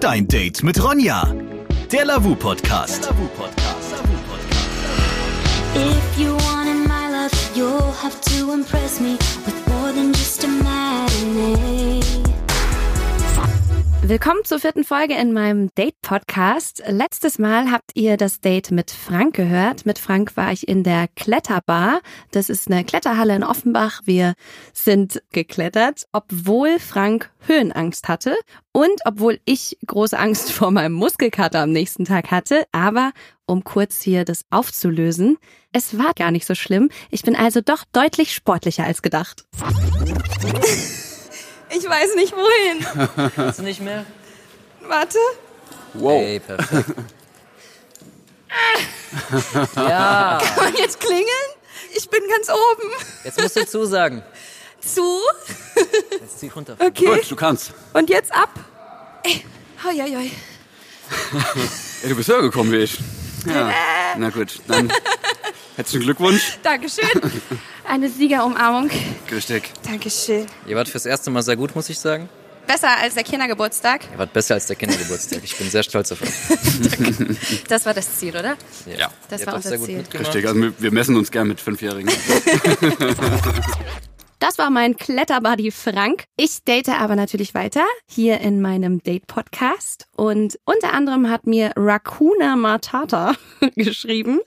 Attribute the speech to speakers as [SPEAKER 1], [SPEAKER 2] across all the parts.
[SPEAKER 1] Dein Date mit Ronja. Der Lavu Podcast.
[SPEAKER 2] If you wanted my love, you'll have to impress me with more than just a matinee.
[SPEAKER 3] Willkommen zur vierten Folge in meinem Date-Podcast. Letztes Mal habt ihr das Date mit Frank gehört. Mit Frank war ich in der Kletterbar. Das ist eine Kletterhalle in Offenbach. Wir sind geklettert, obwohl Frank Höhenangst hatte und obwohl ich große Angst vor meinem Muskelkater am nächsten Tag hatte. Aber um kurz hier das aufzulösen, es war gar nicht so schlimm. Ich bin also doch deutlich sportlicher als gedacht. Ich weiß nicht wohin.
[SPEAKER 4] nicht mehr?
[SPEAKER 3] Warte.
[SPEAKER 4] Wow. Ey, perfekt. ja,
[SPEAKER 3] Kann man jetzt klingeln? Ich bin ganz oben.
[SPEAKER 4] jetzt musst du zusagen.
[SPEAKER 3] Zu.
[SPEAKER 4] Jetzt zieh runter.
[SPEAKER 3] Okay.
[SPEAKER 5] Gut, du kannst.
[SPEAKER 3] Und jetzt ab. Ey, hoi, hoi, hoi.
[SPEAKER 5] Ja, du bist höher gekommen wie ich. Ja. Na gut, dann herzlichen Glückwunsch.
[SPEAKER 3] Dankeschön. Eine Siegerumarmung.
[SPEAKER 5] Grüß dich.
[SPEAKER 3] Dankeschön.
[SPEAKER 4] Ihr wart fürs erste Mal sehr gut, muss ich sagen.
[SPEAKER 3] Besser als der Kindergeburtstag.
[SPEAKER 4] Ihr wart besser als der Kindergeburtstag. Ich bin sehr stolz auf euch.
[SPEAKER 3] Das war das Ziel, oder?
[SPEAKER 4] Ja,
[SPEAKER 3] Das
[SPEAKER 4] Ihr
[SPEAKER 3] war
[SPEAKER 4] habt
[SPEAKER 3] unser
[SPEAKER 4] auch sehr gut ne?
[SPEAKER 3] Ziel.
[SPEAKER 4] mitgemacht.
[SPEAKER 5] Richtig, also wir- wir messen uns gern mit Fünfjährigen.
[SPEAKER 3] Das war mein Kletterbuddy Frank. Ich date aber natürlich weiter hier in meinem Date-Podcast. Und unter anderem hat mir Rakuna Matata geschrieben.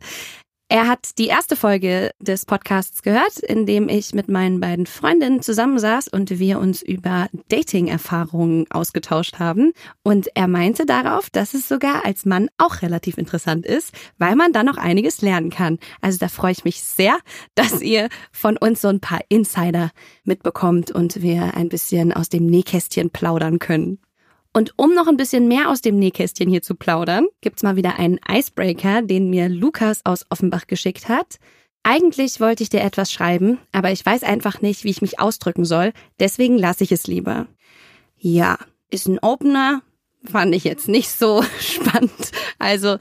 [SPEAKER 3] Er hat die erste Folge des Podcasts gehört, in dem ich mit meinen beiden Freundinnen zusammensaß und wir uns über Dating-Erfahrungen ausgetauscht haben. Und er meinte darauf, dass es sogar als Mann auch relativ interessant ist, weil man da noch einiges lernen kann. Also da freue ich mich sehr, dass ihr von uns so ein paar Insider mitbekommt und wir ein bisschen aus dem Nähkästchen plaudern können. Und um noch ein bisschen mehr aus dem Nähkästchen hier zu plaudern, gibt's mal wieder einen Icebreaker, den mir Lukas aus Offenbach geschickt hat. Eigentlich wollte ich dir etwas schreiben, aber ich weiß einfach nicht, wie ich mich ausdrücken soll, deswegen lasse ich es lieber. Ja, ist ein Opener, fand ich jetzt nicht so spannend. Also,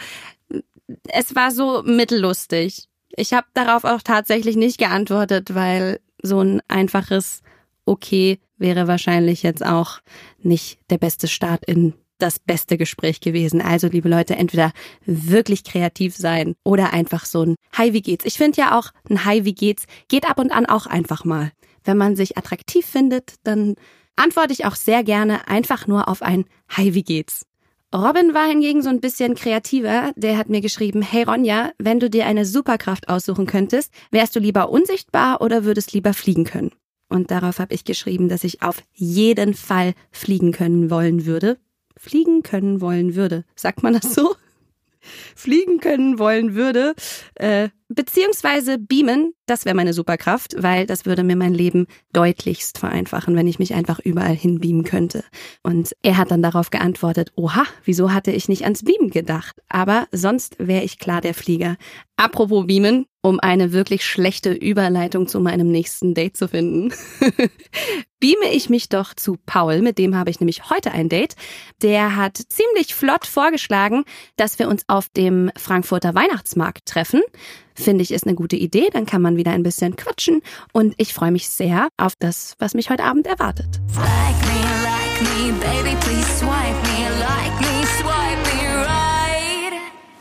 [SPEAKER 3] es war so mittellustig. Ich habe darauf auch tatsächlich nicht geantwortet, weil so ein einfaches Okay wäre wahrscheinlich jetzt auch nicht der beste Start in das beste Gespräch gewesen. Also, liebe Leute, entweder wirklich kreativ sein oder einfach so ein Hi, wie geht's? Ich finde ja auch, ein Hi, wie geht's geht ab und an auch einfach mal. Wenn man sich attraktiv findet, dann antworte ich auch sehr gerne einfach nur auf ein Hi, wie geht's? Robin war hingegen so ein bisschen kreativer. Der hat mir geschrieben, hey Ronja, wenn du dir eine Superkraft aussuchen könntest, wärst du lieber unsichtbar oder würdest lieber fliegen können? Und darauf habe ich geschrieben, dass ich auf jeden Fall fliegen können wollen würde. Fliegen können wollen würde. Sagt man das so? fliegen können wollen würde, äh, beziehungsweise beamen, das wäre meine Superkraft, weil das würde mir mein Leben deutlichst vereinfachen, wenn ich mich einfach überall hin beamen könnte. Und er hat dann darauf geantwortet, oha, wieso hatte ich nicht ans Beamen gedacht? Aber sonst wäre ich klar der Flieger. Apropos beamen, um eine wirklich schlechte Überleitung zu meinem nächsten Date zu finden. beame ich mich doch zu Paul, mit dem habe ich nämlich heute ein Date. Der hat ziemlich flott vorgeschlagen, dass wir uns auf dem Frankfurter Weihnachtsmarkt treffen. Finde ich ist eine gute Idee, dann kann man wieder ein bisschen quatschen und ich freue mich sehr auf das, was mich heute Abend erwartet.
[SPEAKER 2] Like me, like me, baby, please swipe me, like me, swipe me right.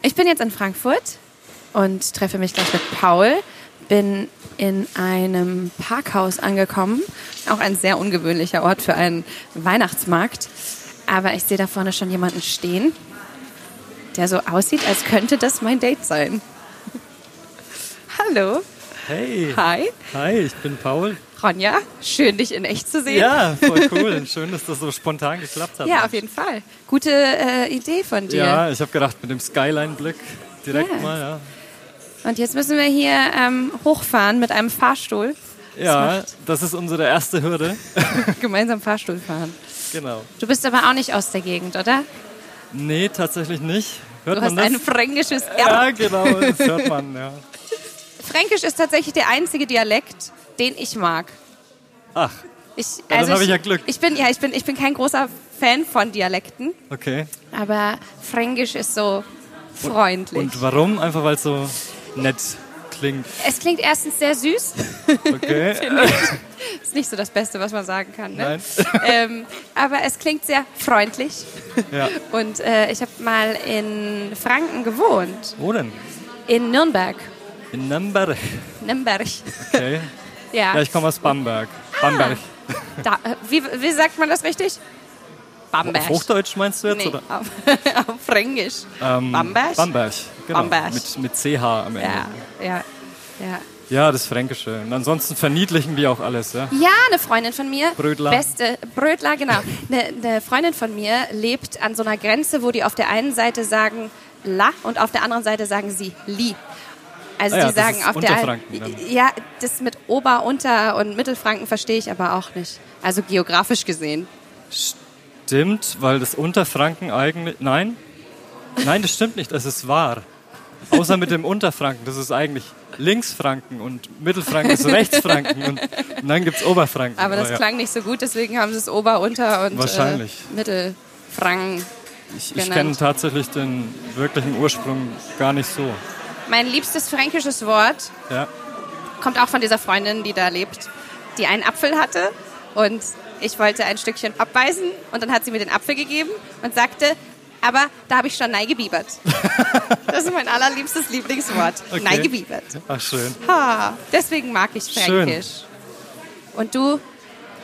[SPEAKER 6] Ich bin jetzt in Frankfurt und treffe mich gleich mit Paul. Bin in einem Parkhaus angekommen. Auch ein sehr ungewöhnlicher Ort für einen Weihnachtsmarkt. Aber ich sehe da vorne schon jemanden stehen, der so aussieht, als könnte das mein Date sein. Hallo.
[SPEAKER 7] Hey.
[SPEAKER 6] Hi.
[SPEAKER 7] Hi, ich bin Paul.
[SPEAKER 6] Ronja, schön dich in echt zu sehen.
[SPEAKER 7] Ja, voll cool. Schön, dass das so spontan geklappt hat.
[SPEAKER 6] Ja, auf jeden Fall. Gute äh, Idee von dir.
[SPEAKER 7] Ja, ich habe gedacht, mit dem Skyline-Blick direkt
[SPEAKER 6] Ja.
[SPEAKER 7] mal, ja.
[SPEAKER 6] Und jetzt müssen wir hier ähm, hochfahren mit einem Fahrstuhl.
[SPEAKER 7] Ja, das ist unsere erste Hürde.
[SPEAKER 6] Gemeinsam Fahrstuhl fahren.
[SPEAKER 7] Genau.
[SPEAKER 6] Du bist aber auch nicht aus der Gegend, oder?
[SPEAKER 7] Nee, tatsächlich nicht. Hört
[SPEAKER 6] Du hast
[SPEAKER 7] man das?
[SPEAKER 6] ein fränkisches Erbe.
[SPEAKER 7] ja, genau, das hört man, ja.
[SPEAKER 6] Fränkisch ist tatsächlich der einzige Dialekt, den ich mag.
[SPEAKER 7] Ach,
[SPEAKER 6] Ich, also
[SPEAKER 7] dann hab ich ja Glück.
[SPEAKER 6] Ich bin, ja, ich bin, ich bin kein großer Fan von Dialekten,
[SPEAKER 7] okay.
[SPEAKER 6] aber Fränkisch ist so freundlich.
[SPEAKER 7] Und warum? Einfach weil es so nett klingt.
[SPEAKER 6] es klingt erstens sehr süß,
[SPEAKER 7] Okay.
[SPEAKER 3] jetzt nicht so das Beste, was man sagen kann. Ne?
[SPEAKER 7] Nein.
[SPEAKER 3] Ähm, aber es klingt sehr freundlich.
[SPEAKER 7] Ja.
[SPEAKER 3] Und äh, ich habe mal in Franken gewohnt,
[SPEAKER 7] Wo denn?
[SPEAKER 3] in Nürnberg.
[SPEAKER 7] In Nürnberg.
[SPEAKER 3] Nürnberg.
[SPEAKER 7] Okay.
[SPEAKER 3] Ja.
[SPEAKER 7] Ja, ich komme aus Bamberg. Bamberg.
[SPEAKER 3] da, äh, wie, wie sagt man das richtig? Bamberg.
[SPEAKER 7] Auf Hochdeutsch meinst du jetzt?
[SPEAKER 3] Nee,
[SPEAKER 7] Oder?
[SPEAKER 3] auf, auf Fränkisch.
[SPEAKER 7] Ähm,
[SPEAKER 3] Bamberg?
[SPEAKER 7] Bamberg, genau.
[SPEAKER 3] Bamberg.
[SPEAKER 7] Mit, mit CH am Ende.
[SPEAKER 3] Ja,
[SPEAKER 7] Ja.
[SPEAKER 3] ja, ja.
[SPEAKER 7] das Fränkische. Und ansonsten verniedlichen wir auch alles, ja?
[SPEAKER 3] Ja, eine Freundin von mir.
[SPEAKER 7] Brötler.
[SPEAKER 3] Beste, Brötler, genau. Eine, eine Freundin von mir lebt an so einer Grenze, wo die auf der einen Seite sagen la und auf der anderen Seite sagen sie li. Also
[SPEAKER 7] Ah ja,
[SPEAKER 3] die
[SPEAKER 7] das
[SPEAKER 3] sagen
[SPEAKER 7] ist
[SPEAKER 3] auf der
[SPEAKER 7] Unterfranken dann.
[SPEAKER 3] ja das mit Ober, Unter und Mittelfranken verstehe ich aber auch nicht. Also geografisch gesehen.
[SPEAKER 7] Stimmt, weil das Unterfranken eigentlich. Nein? Nein, das stimmt nicht. Das ist wahr. Außer mit dem Unterfranken. Das ist eigentlich Linksfranken und Mittelfranken ist Rechtsfranken und, und dann gibt es Oberfranken.
[SPEAKER 3] Aber das
[SPEAKER 7] ja.
[SPEAKER 3] klang nicht so gut, deswegen haben sie es Ober, Unter und
[SPEAKER 7] Wahrscheinlich.
[SPEAKER 3] Äh, Mittelfranken.
[SPEAKER 7] Ich, ich
[SPEAKER 3] genannt.
[SPEAKER 7] kenne tatsächlich den wirklichen Ursprung gar nicht so.
[SPEAKER 3] Mein liebstes fränkisches Wort
[SPEAKER 7] Ja.
[SPEAKER 3] kommt auch von dieser Freundin, die da lebt, die einen Apfel hatte und ich wollte ein Stückchen abbeißen und dann hat sie mir den Apfel gegeben und sagte, aber da habe ich schon neigebiebert. das ist mein allerliebstes Lieblingswort.
[SPEAKER 7] Okay.
[SPEAKER 3] Neigebiebert.
[SPEAKER 7] Ach, schön.
[SPEAKER 3] Ha, deswegen mag ich
[SPEAKER 7] Schön.
[SPEAKER 3] Fränkisch. Und du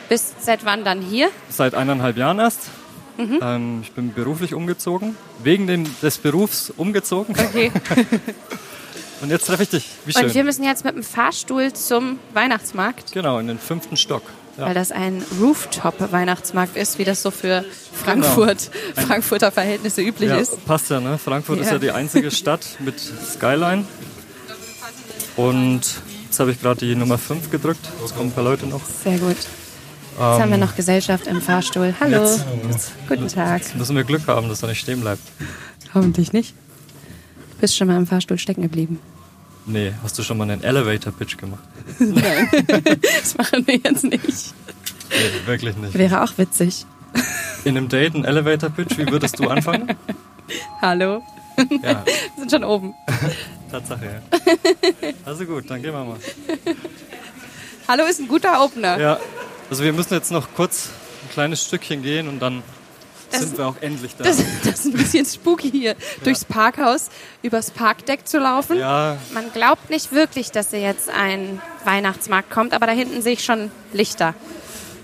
[SPEAKER 3] bist seit wann dann hier?
[SPEAKER 7] seit eineinhalb Jahren erst.
[SPEAKER 3] Mhm.
[SPEAKER 7] Ähm, ich bin beruflich umgezogen. Wegen dem, des Berufs umgezogen.
[SPEAKER 3] Okay.
[SPEAKER 7] Und jetzt treffe ich dich. Wie
[SPEAKER 3] Und wir
[SPEAKER 7] schön.
[SPEAKER 3] müssen jetzt mit dem Fahrstuhl zum Weihnachtsmarkt,
[SPEAKER 7] Genau, in den fünften Stock. Ja.
[SPEAKER 3] weil das ein Rooftop-Weihnachtsmarkt ist, wie das so für Frankfurt, Frankfurter Verhältnisse üblich
[SPEAKER 7] Genau. Ja,
[SPEAKER 3] ist.
[SPEAKER 7] passt ja, ne? Frankfurt ist
[SPEAKER 3] Ja.
[SPEAKER 7] ja die einzige Stadt mit Skyline. Und jetzt habe ich gerade die Nummer 5 gedrückt. Es kommen ein paar Leute noch.
[SPEAKER 3] Sehr gut. Jetzt haben wir noch Gesellschaft im Fahrstuhl. Hallo.
[SPEAKER 7] Ähm. Jetzt-
[SPEAKER 3] Guten Tag.
[SPEAKER 7] Müssen wir Glück haben, dass er nicht stehen bleibt.
[SPEAKER 3] Hoffentlich nicht. Du bist schon mal im Fahrstuhl stecken geblieben.
[SPEAKER 7] Nee, hast du schon mal einen Elevator-Pitch gemacht?
[SPEAKER 3] Das machen wir jetzt nicht.
[SPEAKER 7] Nee, wirklich nicht.
[SPEAKER 3] Wäre auch witzig.
[SPEAKER 7] In einem Date, ein Elevator-Pitch, wie würdest du anfangen?
[SPEAKER 3] Hallo.
[SPEAKER 7] Ja,
[SPEAKER 3] Wir sind schon oben.
[SPEAKER 7] Tatsache, ja. Also gut, dann gehen wir mal.
[SPEAKER 3] Hallo ist ein guter Opener.
[SPEAKER 7] Ja, also wir müssen jetzt noch kurz ein kleines Stückchen gehen und dann
[SPEAKER 3] Das-
[SPEAKER 7] sind wir auch endlich da.
[SPEAKER 3] Das, das ist ein bisschen spooky hier, durchs Parkhaus, übers Parkdeck zu laufen.
[SPEAKER 7] ja,
[SPEAKER 3] Man glaubt nicht wirklich, dass hier jetzt ein Weihnachtsmarkt kommt, aber da hinten sehe ich schon Lichter.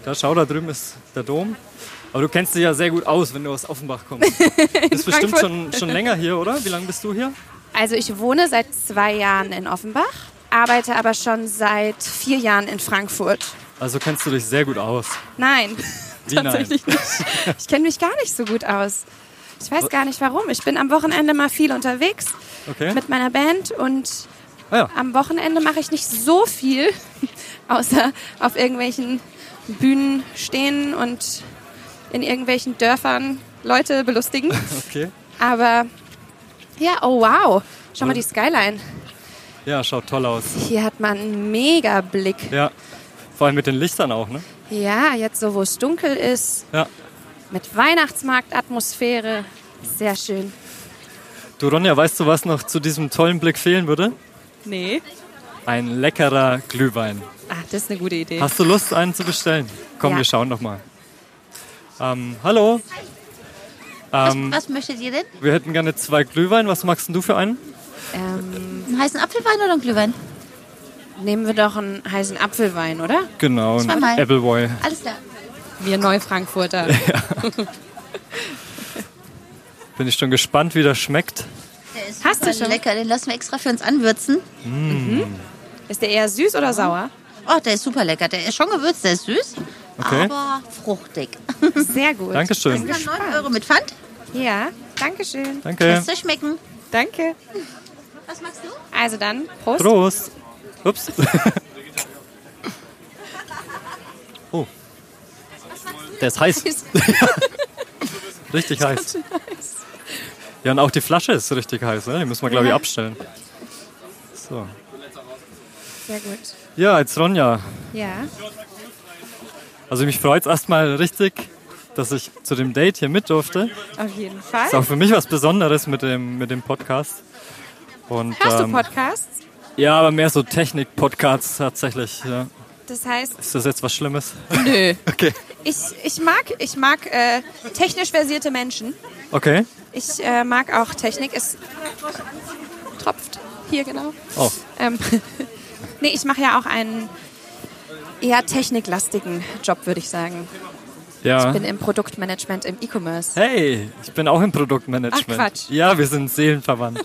[SPEAKER 7] da schau, da drüben ist der Dom. Aber du kennst dich ja sehr gut aus, wenn du aus Offenbach kommst. Du bist bestimmt
[SPEAKER 3] Frankfurt.
[SPEAKER 7] schon, schon länger hier, oder? Wie lange bist du hier?
[SPEAKER 3] Also ich wohne seit zwei Jahren in Offenbach, arbeite aber schon seit vier Jahren in Frankfurt.
[SPEAKER 7] Also kennst du dich sehr gut aus.
[SPEAKER 3] Nein,
[SPEAKER 7] Wie
[SPEAKER 3] tatsächlich nicht. Ich kenne mich gar nicht so gut aus. Ich weiß gar nicht warum. Ich bin am Wochenende mal viel unterwegs
[SPEAKER 7] nein? Okay.
[SPEAKER 3] mit meiner Band und
[SPEAKER 7] ah, ja.
[SPEAKER 3] am Wochenende mache ich nicht so viel, außer auf irgendwelchen Bühnen stehen und in irgendwelchen Dörfern Leute belustigen.
[SPEAKER 7] okay.
[SPEAKER 3] Aber ja, oh wow. Schau mal die Skyline.
[SPEAKER 7] Ja, schaut toll aus.
[SPEAKER 3] Hier hat man einen mega Blick.
[SPEAKER 7] Ja. Vor allem mit den Lichtern auch, ne?
[SPEAKER 3] Ja, jetzt so, wo es dunkel ist,
[SPEAKER 7] Ja.
[SPEAKER 3] mit Weihnachtsmarktatmosphäre. Sehr schön.
[SPEAKER 7] Du Ronja, weißt du, was noch zu diesem tollen Blick fehlen würde?
[SPEAKER 3] Nee.
[SPEAKER 7] Ein leckerer Glühwein.
[SPEAKER 3] Ach, Ah, das ist eine gute Idee.
[SPEAKER 7] Hast du Lust, einen zu bestellen? Komm,
[SPEAKER 3] Ja.
[SPEAKER 7] wir schauen noch mal. Ähm, hallo,
[SPEAKER 8] Was,
[SPEAKER 3] Ähm,
[SPEAKER 8] was möchtet ihr denn?
[SPEAKER 7] wir hätten gerne zwei Glühwein. Was magst denn du für einen?
[SPEAKER 3] Ähm,
[SPEAKER 8] Einen heißen Apfelwein oder einen Glühwein?
[SPEAKER 3] nehmen wir doch einen heißen Apfelwein, oder?
[SPEAKER 7] Genau,
[SPEAKER 8] Zweimal.
[SPEAKER 7] einen Appleboy.
[SPEAKER 8] Alles klar.
[SPEAKER 3] Wir Neufrankfurter.
[SPEAKER 7] Bin ich schon gespannt, wie das schmeckt.
[SPEAKER 8] Der ist
[SPEAKER 3] Hast
[SPEAKER 8] super
[SPEAKER 3] du schon?
[SPEAKER 8] lecker, den lassen wir extra für uns anwürzen.
[SPEAKER 3] ist der eher süß oder sauer?
[SPEAKER 8] Oh, der ist super lecker. Der ist schon gewürzt, der ist süß,
[SPEAKER 3] Ah,
[SPEAKER 7] Okay.
[SPEAKER 8] aber fruchtig.
[SPEAKER 3] Sehr gut.
[SPEAKER 7] Dankeschön.
[SPEAKER 8] Dann 9 Euro mit Pfand.
[SPEAKER 3] Ja, danke schön.
[SPEAKER 7] Danke.
[SPEAKER 8] Lass euch schmecken.
[SPEAKER 3] Danke.
[SPEAKER 8] Was magst du?
[SPEAKER 3] Also dann, Prost.
[SPEAKER 7] Prost. Ups. Oh. Der ist heiß. Richtig heiß. Ja, und auch die Flasche ist richtig heiß. Ne? Die müssen wir, glaube ich, abstellen. So.
[SPEAKER 3] Sehr gut.
[SPEAKER 7] Ja, jetzt Ronja.
[SPEAKER 3] Ja.
[SPEAKER 7] Also mich freut es erstmal richtig, dass ich zu dem Date hier mit durfte.
[SPEAKER 3] Auf jeden Fall.
[SPEAKER 7] Ist auch für mich was Besonderes mit dem, mit dem Podcast. Und,
[SPEAKER 3] Hörst du
[SPEAKER 7] ähm,
[SPEAKER 3] Podcasts?
[SPEAKER 7] ja, aber mehr so Technik-Podcasts tatsächlich. Ja.
[SPEAKER 3] Das heißt,
[SPEAKER 7] Ist das jetzt was Schlimmes?
[SPEAKER 3] nö.
[SPEAKER 7] Okay.
[SPEAKER 3] Ich, ich mag, ich mag äh, technisch versierte Menschen.
[SPEAKER 7] Okay.
[SPEAKER 3] Ich äh, mag auch Technik. Es tropft. Hier genau.
[SPEAKER 7] Oh.
[SPEAKER 3] Ähm, nee, ich mache ja auch einen eher techniklastigen Job, würde ich sagen.
[SPEAKER 7] Ja.
[SPEAKER 3] Bin im Produktmanagement im E-Commerce.
[SPEAKER 7] Hey, ich bin auch im Produktmanagement.
[SPEAKER 3] Ach, Quatsch.
[SPEAKER 7] Ja, wir sind seelenverwandt.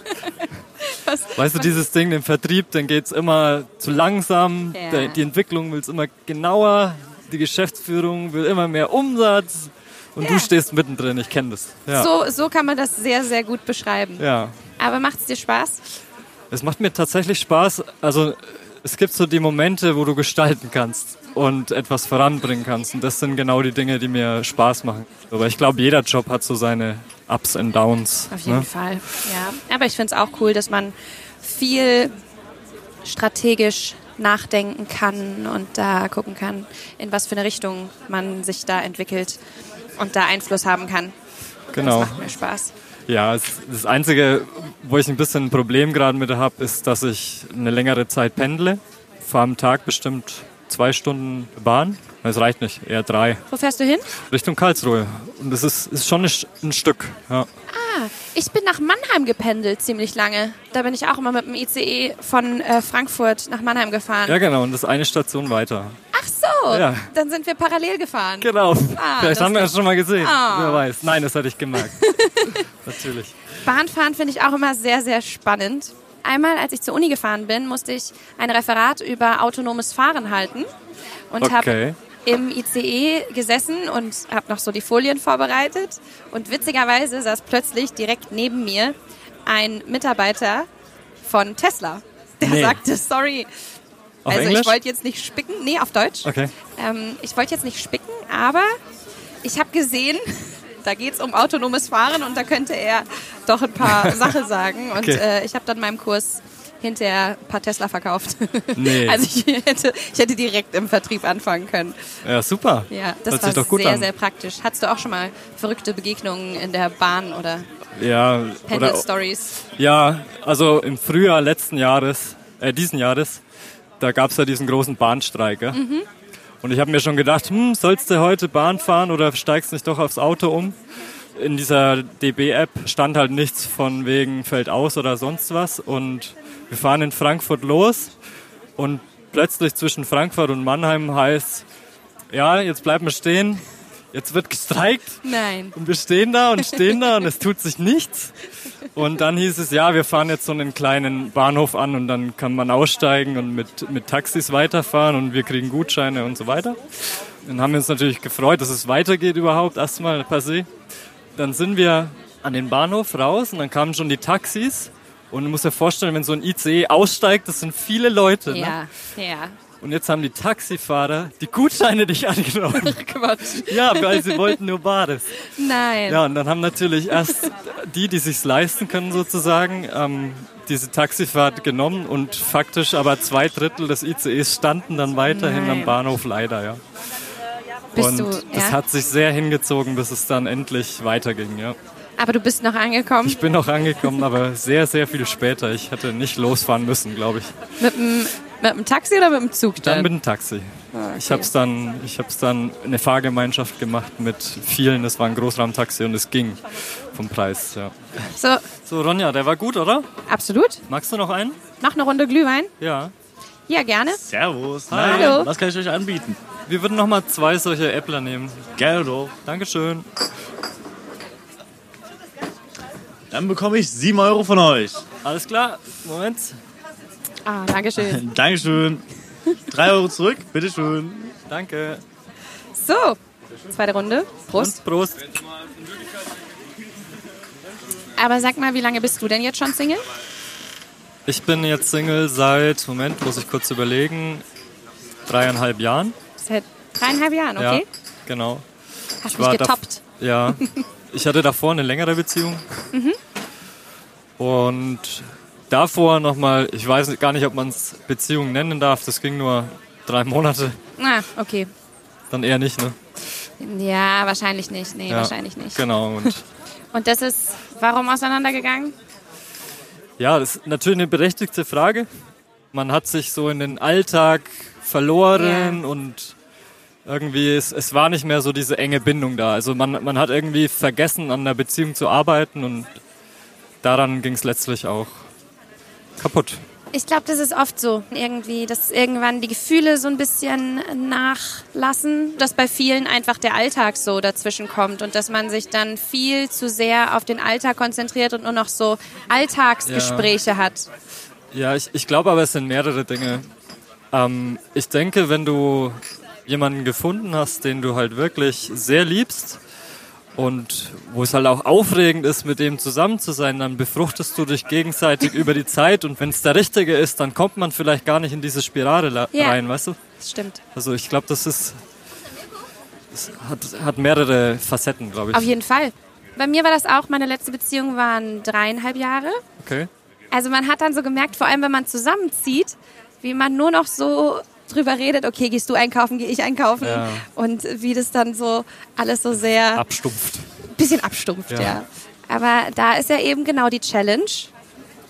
[SPEAKER 7] Weißt du, dieses Ding, den Vertrieb, dann geht's immer zu langsam,
[SPEAKER 3] Ja.
[SPEAKER 7] der, die Entwicklung will's immer genauer, die Geschäftsführung will immer mehr Umsatz und du stehst mittendrin, ich kenne das. Ja.
[SPEAKER 3] So, so kann man das sehr, sehr gut beschreiben.
[SPEAKER 7] ja.
[SPEAKER 3] Aber macht es dir Spaß?
[SPEAKER 7] Es macht mir tatsächlich Spaß, also es gibt so die Momente, wo du gestalten kannst und etwas voranbringen kannst und das sind genau die Dinge, die mir Spaß machen. Aber ich glaube, jeder Job hat so seine Ups und Downs.
[SPEAKER 3] Auf jeden
[SPEAKER 7] ne?
[SPEAKER 3] Fall. Ja. Aber ich finde es auch cool, dass man viel strategisch nachdenken kann und da gucken kann, in was für eine Richtung man sich da entwickelt und da Einfluss haben kann.
[SPEAKER 7] Genau.
[SPEAKER 3] Das macht mir Spaß.
[SPEAKER 7] Ja, es- das Einzige, wo ich ein bisschen ein Problem gerade mit habe, ist, dass ich eine längere Zeit pendle. Fahre am Tag bestimmt zwei Stunden Bahn. Es reicht nicht, eher drei.
[SPEAKER 3] Wo fährst du hin?
[SPEAKER 7] Richtung Karlsruhe. Und das ist, ist schon ein, Sch- ein Stück. Ja.
[SPEAKER 3] Ich bin nach Mannheim gependelt ziemlich lange. Da bin ich auch immer mit dem ICE von äh, Frankfurt nach Mannheim gefahren.
[SPEAKER 7] ja, genau. Und das ist eine Station weiter.
[SPEAKER 3] Ach so,
[SPEAKER 7] Ja.
[SPEAKER 3] dann sind wir parallel gefahren.
[SPEAKER 7] Genau. Vielleicht
[SPEAKER 3] Ah, das Ah.
[SPEAKER 7] haben wir das schon mal gesehen. Wer weiß. Nein, das hatte ich gemerkt. Natürlich.
[SPEAKER 3] Bahnfahren finde ich auch immer sehr, sehr spannend. Einmal, als ich zur Uni gefahren bin, musste ich ein Referat über autonomes Fahren halten und habe
[SPEAKER 7] Okay.
[SPEAKER 3] im ICE gesessen und habe noch so die Folien vorbereitet. Und witzigerweise saß plötzlich direkt neben mir ein Mitarbeiter von Tesla. Der
[SPEAKER 7] Nee.
[SPEAKER 3] sagte, sorry,
[SPEAKER 7] Auf
[SPEAKER 3] also
[SPEAKER 7] Englisch?
[SPEAKER 3] ich wollte jetzt nicht spicken. Nee, auf Deutsch.
[SPEAKER 7] Okay.
[SPEAKER 3] Ähm, ich wollte jetzt nicht spicken, aber ich habe gesehen, da geht es um autonomes Fahren und da könnte er doch ein paar Sachen sagen. Und
[SPEAKER 7] Okay.
[SPEAKER 3] äh, ich habe dann meinem Kurs hinterher ein paar Tesla verkauft.
[SPEAKER 7] Nee.
[SPEAKER 3] Also ich hätte, ich hätte direkt im Vertrieb anfangen können.
[SPEAKER 7] Ja, super.
[SPEAKER 3] Ja, das
[SPEAKER 7] Hört
[SPEAKER 3] war
[SPEAKER 7] sich doch gut
[SPEAKER 3] sehr,
[SPEAKER 7] an.
[SPEAKER 3] sehr praktisch. Hattest du auch schon mal verrückte Begegnungen in der Bahn oder
[SPEAKER 7] ja, oder
[SPEAKER 3] Pendel-Stories?
[SPEAKER 7] Ja, also im Frühjahr letzten Jahres, äh, diesen Jahres, da gab's ja diesen großen Bahnstreik. Ja?
[SPEAKER 3] Mhm.
[SPEAKER 7] Und ich habe mir schon gedacht, hm, sollst du heute Bahn fahren oder steigst nicht doch aufs Auto um? In dieser DB-App stand halt nichts von wegen fällt aus oder sonst was. Und wir fahren in Frankfurt los und plötzlich zwischen Frankfurt und Mannheim heißt, ja, jetzt bleiben wir stehen, jetzt wird gestreikt.
[SPEAKER 3] Nein.
[SPEAKER 7] Und wir stehen da und stehen da und es tut sich nichts. Und dann hieß es, ja, wir fahren jetzt so einen kleinen Bahnhof an und dann kann man aussteigen und mit, mit Taxis weiterfahren und wir kriegen Gutscheine und so weiter. Dann haben wir uns natürlich gefreut, dass es weitergeht überhaupt, erstmal per se. Dann sind wir an den Bahnhof raus und dann kamen schon die Taxis. Und du musst dir vorstellen, wenn so ein ICE aussteigt, das sind viele Leute. Ne?
[SPEAKER 3] Ja, ja.
[SPEAKER 7] Und jetzt haben die Taxifahrer die Gutscheine dich angenommen.
[SPEAKER 3] Quatsch.
[SPEAKER 7] ja, weil sie wollten nur Bares.
[SPEAKER 3] Nein.
[SPEAKER 7] Ja, und dann haben natürlich erst die, die sich's leisten können sozusagen, ähm, diese Taxifahrt genommen und faktisch aber zwei Drittel des ICEs standen dann weiterhin am Bahnhof leider, ja.
[SPEAKER 3] Bist
[SPEAKER 7] und
[SPEAKER 3] du-
[SPEAKER 7] das
[SPEAKER 3] ja.
[SPEAKER 7] hat sich sehr hingezogen, bis es dann endlich weiterging, ja.
[SPEAKER 3] Aber du bist noch angekommen
[SPEAKER 7] Ich bin noch angekommen, aber sehr, sehr viel später. Ich hätte nicht losfahren müssen, glaube ich.
[SPEAKER 3] mit dem, mit dem Taxi oder mit dem Zug
[SPEAKER 7] Dann mit dem Taxi.
[SPEAKER 3] Ah,
[SPEAKER 7] Ich hab's dann, ich hab's dann eine Fahrgemeinschaft gemacht mit vielen. Es war ein Großraumtaxi und es ging vom Preis, ja.
[SPEAKER 3] So,
[SPEAKER 7] So, Ronja, der war gut, oder?
[SPEAKER 3] absolut.
[SPEAKER 7] Magst du noch einen?
[SPEAKER 3] Noch eine Runde Glühwein?
[SPEAKER 7] Ja.
[SPEAKER 3] Ja, gerne.
[SPEAKER 9] Servus.
[SPEAKER 7] Hi.
[SPEAKER 9] Na,
[SPEAKER 3] Hallo.
[SPEAKER 9] Was kann ich euch anbieten?
[SPEAKER 7] Wir würden nochmal zwei solche Äppler nehmen.
[SPEAKER 9] Gerne doch.
[SPEAKER 7] Dankeschön.
[SPEAKER 9] Dann bekomme ich 7 Euro von euch.
[SPEAKER 7] Alles klar. Moment.
[SPEAKER 3] Ah, Dankeschön.
[SPEAKER 9] Dankeschön. 3 Euro zurück, bitteschön.
[SPEAKER 7] Danke.
[SPEAKER 3] So, zweite Runde. Prost.
[SPEAKER 7] Und Prost.
[SPEAKER 3] Aber sag mal, wie lange bist du denn jetzt schon Single?
[SPEAKER 7] Ich bin jetzt Single seit, Moment, muss ich kurz überlegen, dreieinhalb Jahren.
[SPEAKER 3] Seit dreieinhalb Jahren, okay?
[SPEAKER 7] Ja, genau.
[SPEAKER 3] Hast
[SPEAKER 7] war
[SPEAKER 3] mich getoppt.
[SPEAKER 7] dav- Ja. Ich hatte davor eine längere Beziehung. Und davor nochmal, ich weiß gar nicht, ob man es Beziehung nennen darf. Das ging nur drei Monate.
[SPEAKER 3] Ah, okay.
[SPEAKER 7] Dann eher nicht, ne?
[SPEAKER 3] Ja, wahrscheinlich nicht. Nee,
[SPEAKER 7] Ja,
[SPEAKER 3] wahrscheinlich nicht.
[SPEAKER 7] Genau. Und
[SPEAKER 3] Und das ist, warum auseinandergegangen?
[SPEAKER 7] Ja, das ist natürlich eine berechtigte Frage. Man hat sich so in den Alltag verloren und irgendwie, es, es war nicht mehr so diese enge Bindung da. Also man, man hat irgendwie vergessen, an der Beziehung zu arbeiten und daran ging es letztlich auch kaputt.
[SPEAKER 3] Ich glaube, das ist oft so irgendwie, dass irgendwann die Gefühle so ein bisschen nachlassen, dass bei vielen einfach der Alltag so dazwischen kommt und dass man sich dann viel zu sehr auf den Alltag konzentriert und nur noch so Alltagsgespräche hat.
[SPEAKER 7] Ja, ich, ich glaube aber, es sind mehrere Dinge. Ähm, ich denke, wenn du jemanden gefunden hast, den du halt wirklich sehr liebst und wo es halt auch aufregend ist, mit dem zusammen zu sein, dann befruchtest du dich gegenseitig über die Zeit und wenn es der Richtige ist, dann kommt man vielleicht gar nicht in diese Spirale la-
[SPEAKER 3] Ja.
[SPEAKER 7] rein, weißt du?
[SPEAKER 3] Das stimmt.
[SPEAKER 7] Also ich glaube, das ist... Das hat, hat mehrere Facetten, glaube
[SPEAKER 3] Auf
[SPEAKER 7] ich.
[SPEAKER 3] jeden Fall. Bei mir war das auch, meine letzte Beziehung waren dreieinhalb Jahre.
[SPEAKER 7] Okay.
[SPEAKER 3] Also man hat dann so gemerkt, vor allem wenn man zusammenzieht, wie man nur noch so drüber redet, okay, gehst du einkaufen, gehe ich einkaufen
[SPEAKER 7] Ja.
[SPEAKER 3] und wie das dann so alles so sehr
[SPEAKER 7] Abstumpft.
[SPEAKER 3] bisschen abstumpft, ja.
[SPEAKER 7] Ja.
[SPEAKER 3] Aber da ist ja eben genau die Challenge,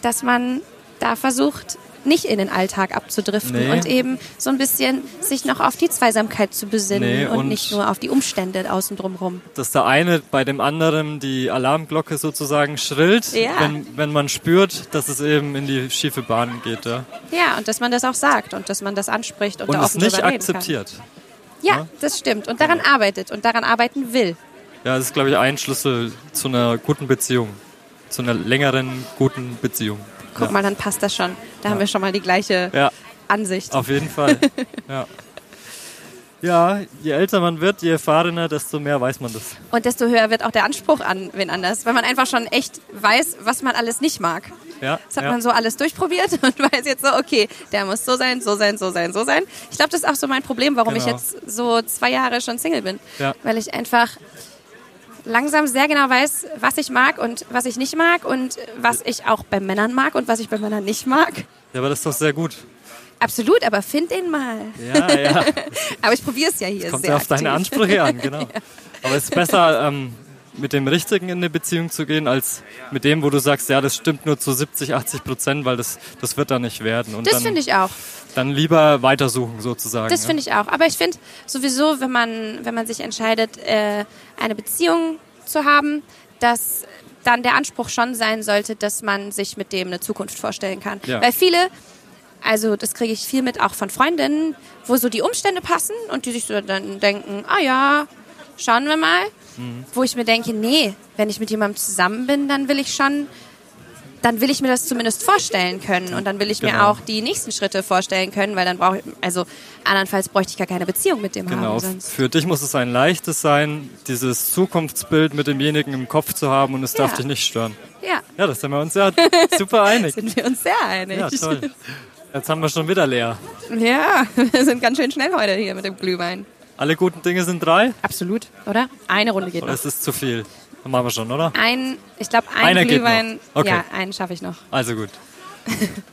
[SPEAKER 3] dass man da versucht, nicht in den Alltag abzudriften
[SPEAKER 7] Nee.
[SPEAKER 3] und eben so ein bisschen sich noch auf die Zweisamkeit zu besinnen
[SPEAKER 7] Nee,
[SPEAKER 3] und,
[SPEAKER 7] und-
[SPEAKER 3] nicht nur auf die Umstände außen drumherum.
[SPEAKER 7] dass der eine bei dem anderen die Alarmglocke sozusagen schrillt,
[SPEAKER 3] Ja.
[SPEAKER 7] wenn, wenn man spürt, dass es eben in die schiefe Bahn geht. Ja.
[SPEAKER 3] Ja, und dass man das auch sagt und dass man das anspricht und,
[SPEAKER 7] Und
[SPEAKER 3] da
[SPEAKER 7] es
[SPEAKER 3] offen
[SPEAKER 7] nicht
[SPEAKER 3] drüber reden kann.
[SPEAKER 7] akzeptiert. ne? Genau.
[SPEAKER 3] Ja, das stimmt. Und daran arbeitet und daran arbeiten will.
[SPEAKER 7] Ja, das ist, glaube ich, ein Schlüssel zu einer guten Beziehung. Zu einer längeren, guten Beziehung.
[SPEAKER 3] Guck
[SPEAKER 7] ja.
[SPEAKER 3] mal, dann passt das schon. Da haben wir schon mal die gleiche
[SPEAKER 7] Ja,
[SPEAKER 3] Ansicht.
[SPEAKER 7] auf jeden Fall. ja. ja, je älter man wird, je erfahrener, desto mehr weiß man das.
[SPEAKER 3] Und desto höher wird auch der Anspruch an wen anders, weil man einfach schon echt weiß, was man alles nicht mag.
[SPEAKER 7] Ja,
[SPEAKER 3] Das hat
[SPEAKER 7] ja.
[SPEAKER 3] man so alles durchprobiert und weiß jetzt so, okay, der muss so sein, so sein, so sein, so sein. Ich glaube, das ist auch so mein Problem, warum ich
[SPEAKER 7] Genau.
[SPEAKER 3] jetzt so zwei Jahre schon Single bin.
[SPEAKER 7] Ja.
[SPEAKER 3] Weil ich einfach langsam sehr genau weiß, was ich mag und was ich nicht mag und was ich auch bei Männern mag und was ich bei Männern nicht mag.
[SPEAKER 7] Ja, aber das ist doch sehr gut.
[SPEAKER 3] Absolut, aber find den mal.
[SPEAKER 7] Ja, ja.
[SPEAKER 3] Aber ich probiere es ja hier
[SPEAKER 7] Kommt
[SPEAKER 3] sehr
[SPEAKER 7] ja auf deine
[SPEAKER 3] aktiv.
[SPEAKER 7] Ansprüche an, genau. Aber es ist besser, ähm, mit dem Richtigen in eine Beziehung zu gehen, als mit dem, wo du sagst, ja, das stimmt nur zu 70, 80 Prozent, weil das, das wird da nicht werden. Und
[SPEAKER 3] Das
[SPEAKER 7] dann,
[SPEAKER 3] finde ich auch.
[SPEAKER 7] dann lieber weitersuchen, sozusagen.
[SPEAKER 3] Das
[SPEAKER 7] ja.
[SPEAKER 3] finde ich auch. Aber ich finde sowieso, wenn man, wenn man sich entscheidet, äh, eine Beziehung zu haben, dass dann der Anspruch schon sein sollte, dass man sich mit dem eine Zukunft vorstellen kann.
[SPEAKER 7] Ja.
[SPEAKER 3] Weil viele, also das kriege ich viel mit auch von Freundinnen, wo so die Umstände passen und die sich so dann denken, ah ja, schauen wir mal. Wo ich mir denke, nee, wenn ich mit jemandem zusammen bin, dann will ich schon dann will ich mir das zumindest vorstellen können und dann will ich mir
[SPEAKER 7] Genau.
[SPEAKER 3] auch die nächsten Schritte vorstellen können, weil dann brauche ich, also andernfalls bräuchte ich gar keine Beziehung mit dem
[SPEAKER 7] Genau.
[SPEAKER 3] haben sonst.
[SPEAKER 7] Für dich muss es ein leichtes sein, dieses Zukunftsbild mit demjenigen im Kopf zu haben und es darf
[SPEAKER 3] Ja.
[SPEAKER 7] dich nicht stören.
[SPEAKER 3] Ja,
[SPEAKER 7] Ja, das sind wir uns ja super einig.
[SPEAKER 3] sind wir uns sehr einig.
[SPEAKER 7] Ja, toll. Jetzt haben wir schon wieder leer.
[SPEAKER 3] Ja, wir sind ganz schön schnell heute hier mit dem Glühwein.
[SPEAKER 7] Alle guten Dinge sind drei.
[SPEAKER 3] Absolut, oder? Eine Runde geht
[SPEAKER 7] Oder
[SPEAKER 3] noch.
[SPEAKER 7] es ist zu viel? Dann machen wir schon, oder?
[SPEAKER 3] Ein, ich glaube, ein
[SPEAKER 7] Einer geht
[SPEAKER 3] Glühwein.
[SPEAKER 7] noch. Okay.
[SPEAKER 3] Ja, einen schaffe ich noch.
[SPEAKER 7] Also gut.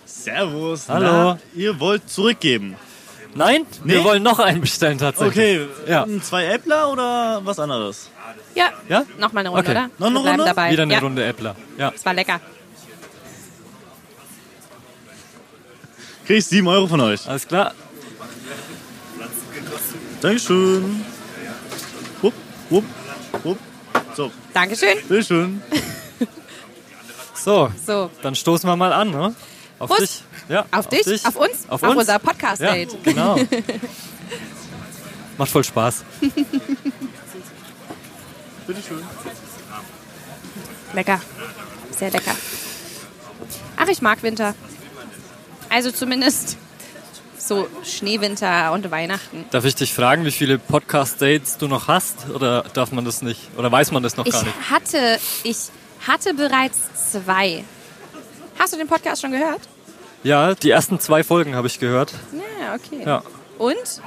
[SPEAKER 9] Servus.
[SPEAKER 7] Hallo.
[SPEAKER 9] Na, ihr wollt zurückgeben.
[SPEAKER 7] Nein, wir
[SPEAKER 9] Nee?
[SPEAKER 7] wollen noch einen bestellen tatsächlich.
[SPEAKER 9] Okay,
[SPEAKER 7] Ja.
[SPEAKER 9] ähm, zwei Äppler oder was anderes?
[SPEAKER 3] Ja,
[SPEAKER 7] Ja?
[SPEAKER 3] nochmal eine Runde,
[SPEAKER 7] Okay.
[SPEAKER 3] oder?
[SPEAKER 9] Noch eine
[SPEAKER 3] wir bleiben
[SPEAKER 9] Runde?
[SPEAKER 3] dabei.
[SPEAKER 7] Wieder eine
[SPEAKER 3] ja,
[SPEAKER 7] Runde Äppler. Ja.
[SPEAKER 3] es war lecker.
[SPEAKER 9] Krieg ich sieben Euro von euch.
[SPEAKER 7] Alles klar.
[SPEAKER 9] Dankeschön. Wupp, wupp, wupp. So,
[SPEAKER 3] Dankeschön.
[SPEAKER 9] bitteschön.
[SPEAKER 7] So,
[SPEAKER 3] So,
[SPEAKER 7] dann stoßen wir mal an, ne? Auf
[SPEAKER 3] Prost.
[SPEAKER 7] dich. Ja,
[SPEAKER 3] auf, dich, auf uns,
[SPEAKER 7] auf uns.
[SPEAKER 3] unser Podcast-Date.
[SPEAKER 7] ja, genau. Macht voll Spaß.
[SPEAKER 9] Bitteschön.
[SPEAKER 3] Lecker. Sehr lecker. Ach, ich mag Winter. Also zumindest so Schneewinter und Weihnachten.
[SPEAKER 7] Darf ich dich fragen, wie viele Podcast-Dates du noch hast? Oder darf man das nicht? Oder weiß man das noch
[SPEAKER 3] Ich
[SPEAKER 7] gar nicht?
[SPEAKER 3] hatte, ich hatte bereits zwei. Hast du den Podcast schon gehört?
[SPEAKER 7] Ja, die ersten zwei Folgen habe ich gehört.
[SPEAKER 3] Ja, okay.
[SPEAKER 7] Ja,
[SPEAKER 3] Und?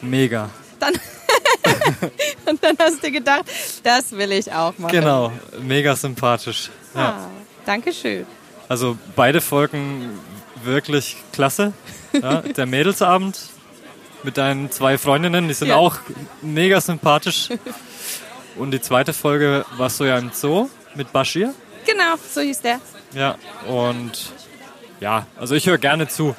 [SPEAKER 7] mega.
[SPEAKER 3] Dann, und dann hast du gedacht, das will ich auch machen.
[SPEAKER 7] Genau, mega sympathisch. Ja.
[SPEAKER 3] Ah, Dankeschön.
[SPEAKER 7] Also beide Folgen wirklich klasse. Ja, der Mädelsabend mit deinen zwei Freundinnen, die sind
[SPEAKER 3] Ja.
[SPEAKER 7] auch mega sympathisch. Und die zweite Folge warst du ja im Zoo mit Bashir.
[SPEAKER 3] Genau, so hieß der.
[SPEAKER 7] Ja, und ja, also ich höre gerne zu.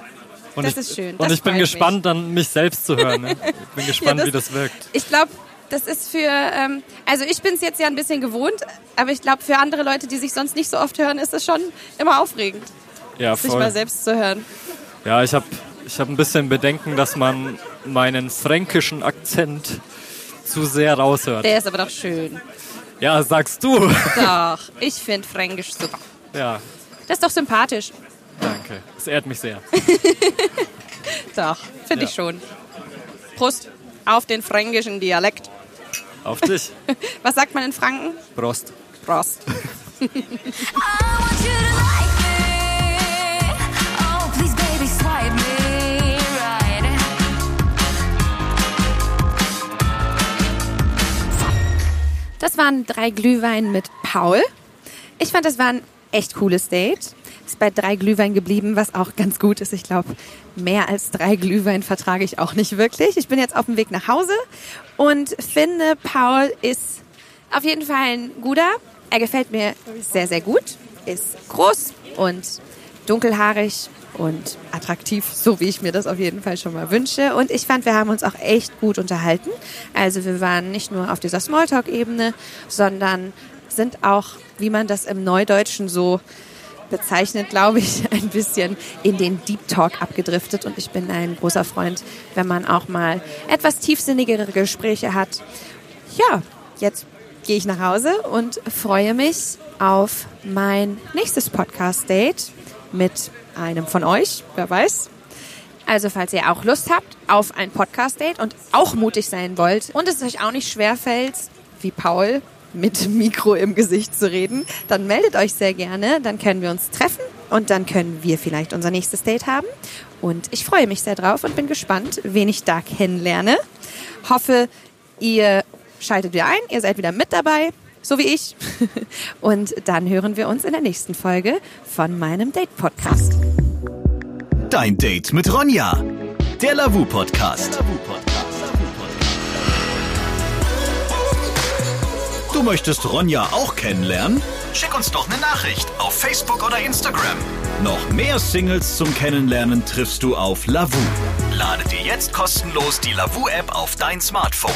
[SPEAKER 7] Und
[SPEAKER 3] Das
[SPEAKER 7] ich,
[SPEAKER 3] ist schön.
[SPEAKER 7] Und
[SPEAKER 3] Das
[SPEAKER 7] ich bin
[SPEAKER 3] freut mich.
[SPEAKER 7] gespannt, dann mich selbst zu hören. Ne? Ich bin gespannt,
[SPEAKER 3] das-
[SPEAKER 7] wie das wirkt.
[SPEAKER 3] Ich glaube, das ist für, ähm, also ich bin es jetzt ja ein bisschen gewohnt, aber ich glaube, für andere Leute, die sich sonst nicht so oft hören, ist es schon immer aufregend,
[SPEAKER 7] Ja,
[SPEAKER 3] sich mal
[SPEAKER 7] voll.
[SPEAKER 3] selbst zu hören.
[SPEAKER 7] Ja, ich habe ich hab ein bisschen Bedenken, dass man meinen fränkischen Akzent zu sehr raushört.
[SPEAKER 3] Der ist aber doch schön.
[SPEAKER 7] Ja, sagst du.
[SPEAKER 3] Doch, ich finde Fränkisch super.
[SPEAKER 7] Ja,
[SPEAKER 3] Das ist doch sympathisch.
[SPEAKER 7] danke. Es ehrt mich sehr.
[SPEAKER 3] Doch, finde
[SPEAKER 7] Ja.
[SPEAKER 3] ich schon. Prost auf den fränkischen Dialekt.
[SPEAKER 7] Auf dich,
[SPEAKER 3] Was sagt man in Franken?
[SPEAKER 7] Prost.
[SPEAKER 3] Prost.
[SPEAKER 2] Oh,
[SPEAKER 3] Das waren drei Glühwein mit Paul. Ich fand, das war ein echt cooles Date. Ist bei drei Glühwein geblieben, was auch ganz gut ist. Ich glaube, mehr als drei Glühwein vertrage ich auch nicht wirklich. Ich bin jetzt auf dem Weg nach Hause und finde, Paul ist auf jeden Fall ein guter. Er gefällt mir sehr, sehr gut. Ist groß und dunkelhaarig und attraktiv, so wie ich mir das auf jeden Fall schon mal wünsche. Und ich fand, wir haben uns auch echt gut unterhalten. Also wir waren nicht nur auf dieser Smalltalk-Ebene, sondern sind auch, wie man das im Neudeutschen so bezeichnet, glaube ich, ein bisschen in den Deep Talk abgedriftet. Und ich bin ein großer Freund, wenn man auch mal etwas tiefsinnigere Gespräche hat. Ja, jetzt gehe ich nach Hause und freue mich auf mein nächstes Podcast-Date mit einem von euch, wer weiß. Also falls ihr auch Lust habt auf ein Podcast-Date und auch mutig sein wollt und es euch auch nicht schwerfällt, wie Paul, mit Mikro im Gesicht zu reden, dann meldet euch sehr gerne, dann können wir uns treffen und dann können wir vielleicht unser nächstes Date haben. Und ich freue mich sehr drauf und bin gespannt, wen ich da kennenlerne. Hoffe, ihr schaltet wieder ein, ihr seid wieder mit dabei, so wie ich. Und dann hören wir uns in der nächsten Folge von meinem Date-Podcast.
[SPEAKER 1] Dein Date mit Ronja. Der Lavu Podcast. Du möchtest Ronja auch kennenlernen? Schick uns doch eine Nachricht auf Facebook oder Instagram. Noch mehr Singles zum Kennenlernen triffst du auf Lavu. Lade dir jetzt kostenlos die Lavu App auf dein Smartphone.